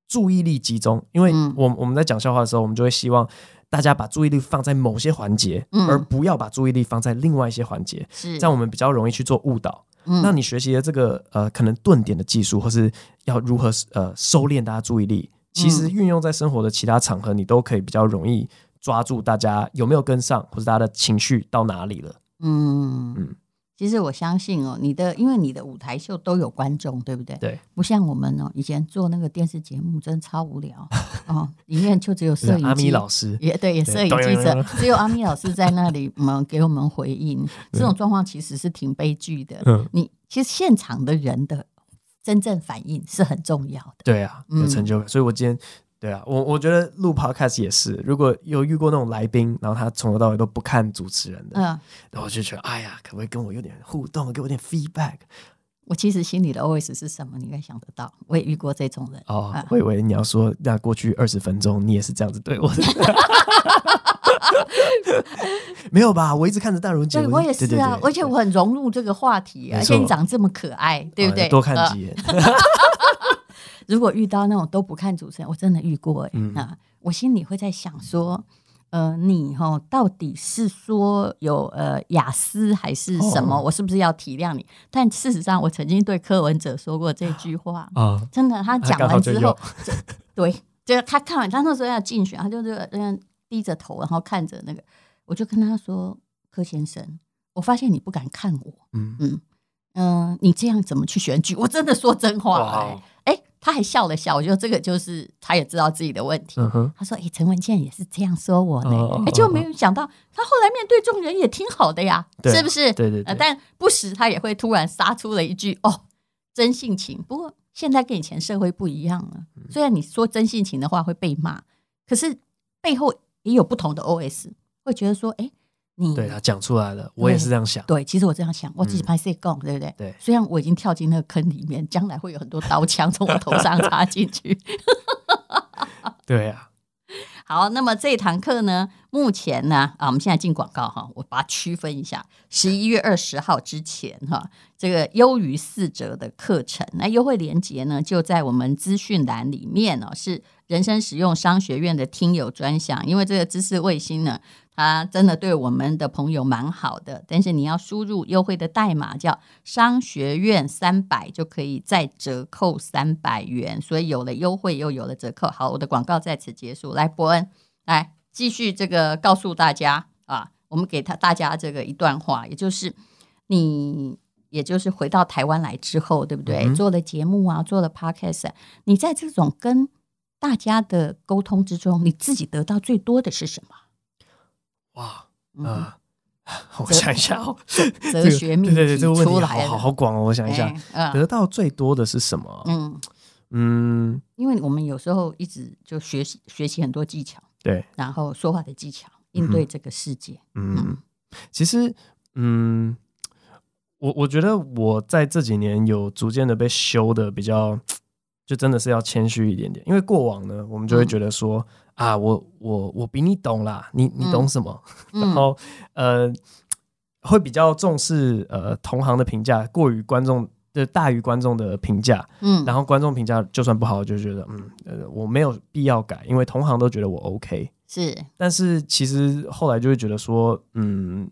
Speaker 3: 注意力集中。因为
Speaker 2: 嗯
Speaker 3: 我我们在讲笑话的时候，我们就会希望大家把注意力放在某些环节，
Speaker 2: 嗯
Speaker 3: 而不要把注意力放在另外一些环节，
Speaker 2: 是
Speaker 3: 这样我们比较容易去做误导。
Speaker 2: 嗯
Speaker 3: 那你学习的这个呃可能顿点的技术，或是要如何呃收敛大家注意力，其实运用在生活的其他场合，你都可以比较容易。抓住大家有没有跟上，或是大家的情绪到哪里了？
Speaker 2: 嗯
Speaker 3: 嗯
Speaker 2: 其实我相信哦，你的因为你的舞台秀都有观众，对不对？
Speaker 3: 对，
Speaker 2: 不像我们哦，以前做那个电视节目真的超无聊哦，里面就 只有摄影机。
Speaker 3: 啊阿咪老师，
Speaker 2: 也对，也
Speaker 3: 对
Speaker 2: 摄影
Speaker 3: 咚
Speaker 2: 记
Speaker 3: 咚
Speaker 2: 者
Speaker 3: 咚，
Speaker 2: 只有阿咪老师在那里，嗯，给我们回应。这种状况其实是挺悲剧的。
Speaker 3: 嗯
Speaker 2: 你其实现场的人的真正反应是很重要的。
Speaker 3: 对啊，
Speaker 2: 嗯
Speaker 3: 有成就感。所以我今天，对啊，我我觉得录 podcast 也是，如果有遇过那种来宾，然后他从头到尾都不看主持人的，
Speaker 2: 嗯，
Speaker 3: 然后我就觉得，哎呀，可不可以跟我有点互动，给我点 feedback？
Speaker 2: 我其实心里的 OS 是什么，你应该想得到。我也遇过这种人。
Speaker 3: 哦，
Speaker 2: 啊
Speaker 3: 我以为你要说，那过去二十分钟你也是这样子对我 的。没有吧？我一直看着大如姐，
Speaker 2: 对，
Speaker 3: 就
Speaker 2: 我也是
Speaker 3: 对对
Speaker 2: 啊，
Speaker 3: 对哦
Speaker 2: 而且我很融入这个话题，
Speaker 3: 没
Speaker 2: 而且你
Speaker 3: 错
Speaker 2: 长这么可爱，对不
Speaker 3: 哦
Speaker 2: 对？
Speaker 3: 多看
Speaker 2: 呃
Speaker 3: 几眼，
Speaker 2: 如果遇到那种都不看主持人，我真的遇过哎、
Speaker 3: 嗯
Speaker 2: 啊，我心里会在想说，呃，你哈到底是说有呃雅思还是什么？
Speaker 3: 哦
Speaker 2: 我是不是要体谅你？但事实上，我曾经对柯文哲说过这句话，
Speaker 3: 啊，
Speaker 2: 真的，他讲
Speaker 3: 刚好
Speaker 2: 完
Speaker 3: 就
Speaker 2: 之后
Speaker 3: 有，
Speaker 2: 这对，就是他看完，他那时候要竞选，他就是那样低着头，然后看着那个，我就跟他说：“柯先生，我发现你不敢看我，
Speaker 3: 嗯，
Speaker 2: 嗯嗯、你这样怎么去选举？”我 真的说真话、
Speaker 3: 哇哦
Speaker 2: 哎，哎，他还笑了笑，我觉得这个就是他也知道自己的问题。
Speaker 3: 嗯哼，
Speaker 2: 他说：“哎、陈文健也是这样说我呢。
Speaker 3: 哦
Speaker 2: 哎，结果没有想到，他后来面对众人也挺好的呀，
Speaker 3: 对啊
Speaker 2: 是不是？
Speaker 3: 对对对
Speaker 2: 呃，但不时他也会突然杀出了一句：“哦，真性情。”不过现在跟以前社会不一样了，
Speaker 3: 嗯
Speaker 2: 虽然你说真性情的话会被骂，可是背后也有不同的 OS，会觉得说：“哎，你
Speaker 3: 对他啊讲出来了，我也是这样想。
Speaker 2: 对，其实我这样想，我自己拍 C 供，对不对？
Speaker 3: 对
Speaker 2: 虽然我已经跳进那个坑里面，将来会有很多刀枪从我头上插进去。
Speaker 3: 对啊，
Speaker 2: 好，那么这堂课呢，目前呢，啊，我们现在进广告哈，我把它区分一下，十一月二十号之前哈，这个优于四折的课程，那优惠链接呢就在我们资讯栏里面哦，是人生实用商学院的听友专享，因为这个知识卫星呢。它啊真的对我们的朋友蛮好的，但是你要输入优惠的代码叫“商学院三百”，就可以再折扣三百元，所以有了优惠又有了折扣。好，我的广告在此结束。来，伯恩，来继续这个告诉大家啊，我们给他大家这个一段话，也就是你，也就是回到台湾来之后，对不对？
Speaker 3: 嗯哼
Speaker 2: 做了节目啊，做了 podcast，、啊、你在这种跟大家的沟通之中，你自己得到最多的是什么？
Speaker 3: 哇
Speaker 2: 嗯
Speaker 3: 啊，我想一下哦， 这
Speaker 2: 哲
Speaker 3: 个
Speaker 2: 学命
Speaker 3: 对对对，
Speaker 2: 题
Speaker 3: 这个问题
Speaker 2: 出
Speaker 3: 好
Speaker 2: 来
Speaker 3: 好
Speaker 2: 了。
Speaker 3: 好广哦。我想一下，
Speaker 2: 哎嗯
Speaker 3: 得到最多的是什么？
Speaker 2: 嗯，
Speaker 3: 嗯，
Speaker 2: 因为我们有时候一直就学习学习很多技巧，
Speaker 3: 对，
Speaker 2: 然后说话的技巧，应对这个世界。
Speaker 3: 嗯，其实，嗯，我我觉得我在这几年有逐渐的被修的比较，就真的是要谦虚一点点，因为过往呢，我们就会觉得说、
Speaker 2: 嗯
Speaker 3: 啊，我我我比你懂啦，你你懂什么？然
Speaker 2: 嗯
Speaker 3: 后呃，会比较重视呃同行的评价，过于观众的大于观众的评价，
Speaker 2: 嗯
Speaker 3: 然后观众评价就算不好，就觉得嗯呃我没有必要改，因为同行都觉得我 OK，
Speaker 2: 是
Speaker 3: 但是其实后来就会觉得说，嗯，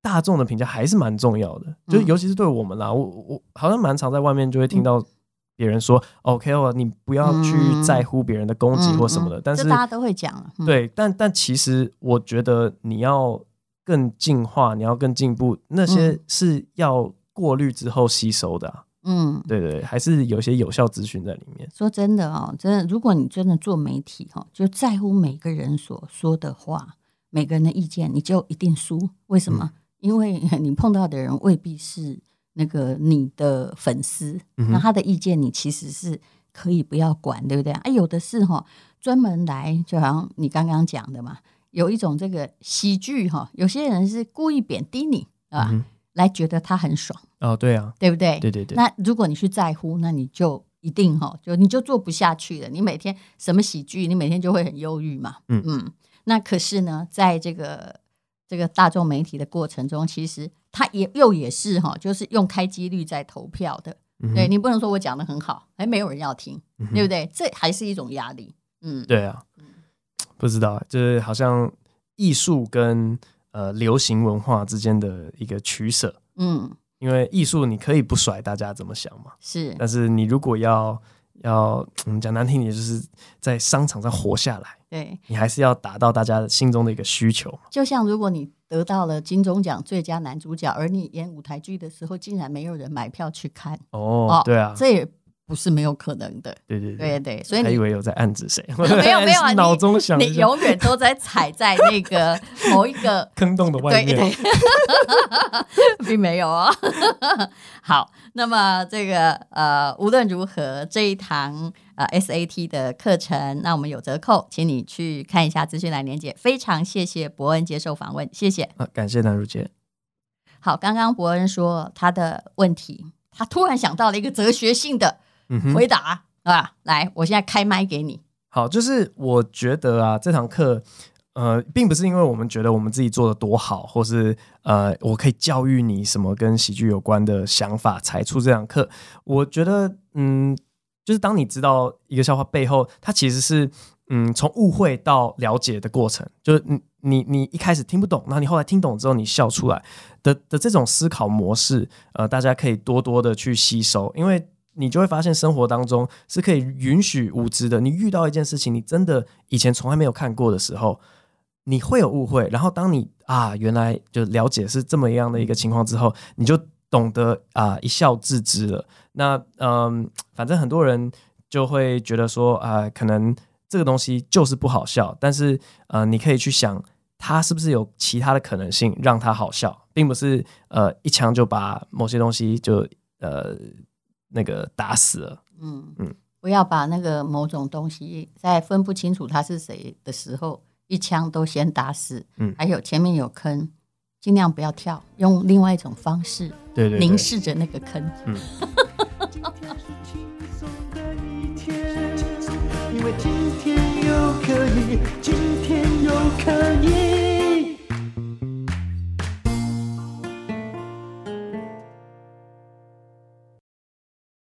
Speaker 3: 大众的评价还是蛮重要的，就是
Speaker 2: 嗯
Speaker 3: 尤其是对我们啦，我我好像蛮常在外面就会听到别人说、o k 哦，你不要去
Speaker 2: 嗯
Speaker 3: 在乎别人的攻击
Speaker 2: 嗯
Speaker 3: 或什么
Speaker 2: 嗯
Speaker 3: 的，但
Speaker 2: 这
Speaker 3: 是
Speaker 2: 大家都会讲了。嗯，
Speaker 3: 对，但但其实我觉得你要更进化，你要更进步，那些
Speaker 2: 嗯
Speaker 3: 是要过滤之后吸收的、啊，
Speaker 2: 嗯，
Speaker 3: 对对，对还是有一些有效资讯在里面。
Speaker 2: 说真的哦，真的，如果你真的做媒体哦，就在乎每个人所说的话，每个人的意见，你就一定输。为什
Speaker 3: 嗯
Speaker 2: 么？ 因为你碰到的人未必是那个你的粉丝，
Speaker 3: 嗯哼
Speaker 2: 那他的意见你其实是可以不要管，对不对？啊，有的是哈、专门来，就好像你刚刚讲的嘛，有一种这个喜剧哈、有些人是故意贬低你啊，
Speaker 3: 嗯哼
Speaker 2: 来觉得他很爽，
Speaker 3: 哦，对啊，
Speaker 2: 对不对？
Speaker 3: 对对对，
Speaker 2: 那如果你去在乎，那你就一定哈，就你就做不下去了。你每天什么喜剧，你每天就会很忧郁嘛。
Speaker 3: 嗯
Speaker 2: 那可是呢，在这个这个大众媒体的过程中，其实它也又也是哈，就是用开几率在投票的。
Speaker 3: 嗯
Speaker 2: 对
Speaker 3: 哼
Speaker 2: 你不能说我讲的很好，哎，没有人要听，
Speaker 3: 嗯哼
Speaker 2: 对不对？这还是一种压力。嗯，
Speaker 3: 对啊，不知道，就是好像艺术跟呃流行文化之间的一个取舍，
Speaker 2: 嗯，
Speaker 3: 因为艺术你可以不甩大家怎么想嘛，
Speaker 2: 是
Speaker 3: 但是你如果要要嗯讲难听点，就是在商场上活下来，
Speaker 2: 对。
Speaker 3: 你还是要达到大家心中的一个需求嘛。
Speaker 2: 就像如果你得到了金钟奖最佳男主角，而你演舞台剧的时候，竟然没有人买票去看，
Speaker 3: 哦，对啊，
Speaker 2: 这也不是没有可能的。
Speaker 3: 对对
Speaker 2: 对对，所以
Speaker 3: 还以
Speaker 2: 你
Speaker 3: 为有在暗指谁，
Speaker 2: 没有 没有啊，你
Speaker 3: 脑中想一
Speaker 2: 你
Speaker 3: 下
Speaker 2: 永远都在踩在那个某一 个。
Speaker 3: 坑洞的
Speaker 2: 对
Speaker 3: 外面，
Speaker 2: 对， 并没有哦。 好，那么这个呃，无论如何，这一堂呃 SAT 的课程，那我们有折扣，请你去看一下资讯栏连接。非常谢谢伯恩接受访问，谢谢。
Speaker 3: 啊，感谢南如姐，
Speaker 2: 好，刚刚伯恩说他的问题，他突然想到了一个哲学性的
Speaker 3: 嗯哼，
Speaker 2: 回答、啊，来，我现在开麦给你。
Speaker 3: 好，就是我觉得啊，这堂课，呃，并不是因为我们觉得我们自己做的多好，或是呃，我可以教育你什么跟喜剧有关的想法才出这堂课。我觉得，嗯，就是当你知道一个笑话背后，它其实是，嗯，从误会到了解的过程，就是你你你一开始听不懂，然后你后来听懂之后，你笑出来的的这种思考模式，呃，大家可以多多的去吸收，因为你就会发现生活当中是可以允许无知的。你遇到一件事情，你真的以前从来没有看过的时候，你会有误会，然后当你啊原来就了解是这么样的一个情况之后，你就懂得啊一笑置之了。那嗯，反正很多人就会觉得说啊、可能这个东西就是不好笑，但是呃，你可以去想它是不是有其他的可能性让它好笑，并不是呃一枪就把某些东西就呃那个打死了。
Speaker 2: 嗯
Speaker 3: 嗯，
Speaker 2: 不要把那个某种东西在分不清楚他是谁的时候，一枪都先打死。
Speaker 3: 嗯
Speaker 2: 还有前面有坑，尽量不要跳，用另外一种方式
Speaker 3: 对对对，
Speaker 2: 凝视着那个坑。
Speaker 1: 今天是轻松的一天，因为今天又可以，今天又